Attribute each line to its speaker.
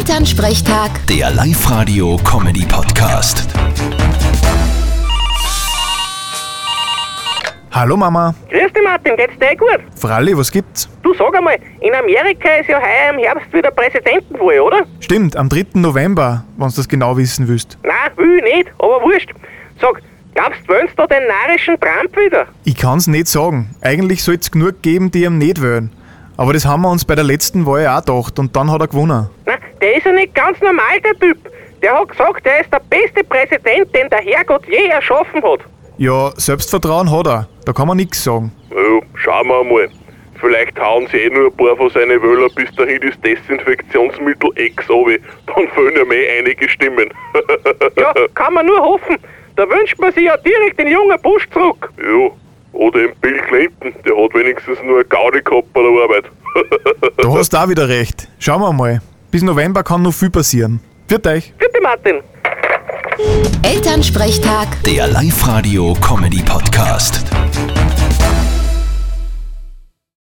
Speaker 1: Elternsprechtag,
Speaker 2: Der Live-Radio-Comedy-Podcast.
Speaker 3: Hallo Mama.
Speaker 4: Grüß dich Martin, geht's dir eh gut?
Speaker 3: Fralli, was gibt's?
Speaker 4: Du sag einmal, in Amerika ist ja heuer im Herbst wieder Präsidentenwahl, oder?
Speaker 3: Stimmt, am 3. November, wenn du das genau wissen willst.
Speaker 4: Nein, will ich nicht, aber wurscht. Sag, glaubst du, wählen's da den narischen Trump wieder?
Speaker 3: Ich kann's nicht sagen. Eigentlich soll's genug geben, die ihm nicht wollen. Aber das haben wir uns bei der letzten Wahl auch gedacht und dann hat er gewonnen.
Speaker 4: Na, der ist ja nicht ganz normal, der Typ. Der hat gesagt, der ist der beste Präsident, den der Herrgott je erschaffen hat.
Speaker 3: Ja, Selbstvertrauen hat er. Da kann man nix sagen.
Speaker 5: Ja, schauen wir mal. Vielleicht hauen sie eh nur ein paar von seinen Wöhler bis dahin das Desinfektionsmittel X runter. Dann fehlen ja mehr einige Stimmen.
Speaker 4: Ja, kann man nur hoffen. Da wünscht man sich ja direkt den jungen Busch zurück.
Speaker 5: ja, oder im Bill Clinton, der hat wenigstens nur eine Gaudi gehabt bei der Arbeit.
Speaker 3: Da hast du auch wieder recht. Schauen wir mal. Bis November kann noch viel passieren. Für euch.
Speaker 4: Bitte Martin.
Speaker 1: Elternsprechtag.
Speaker 2: Der Live-Radio-Comedy-Podcast.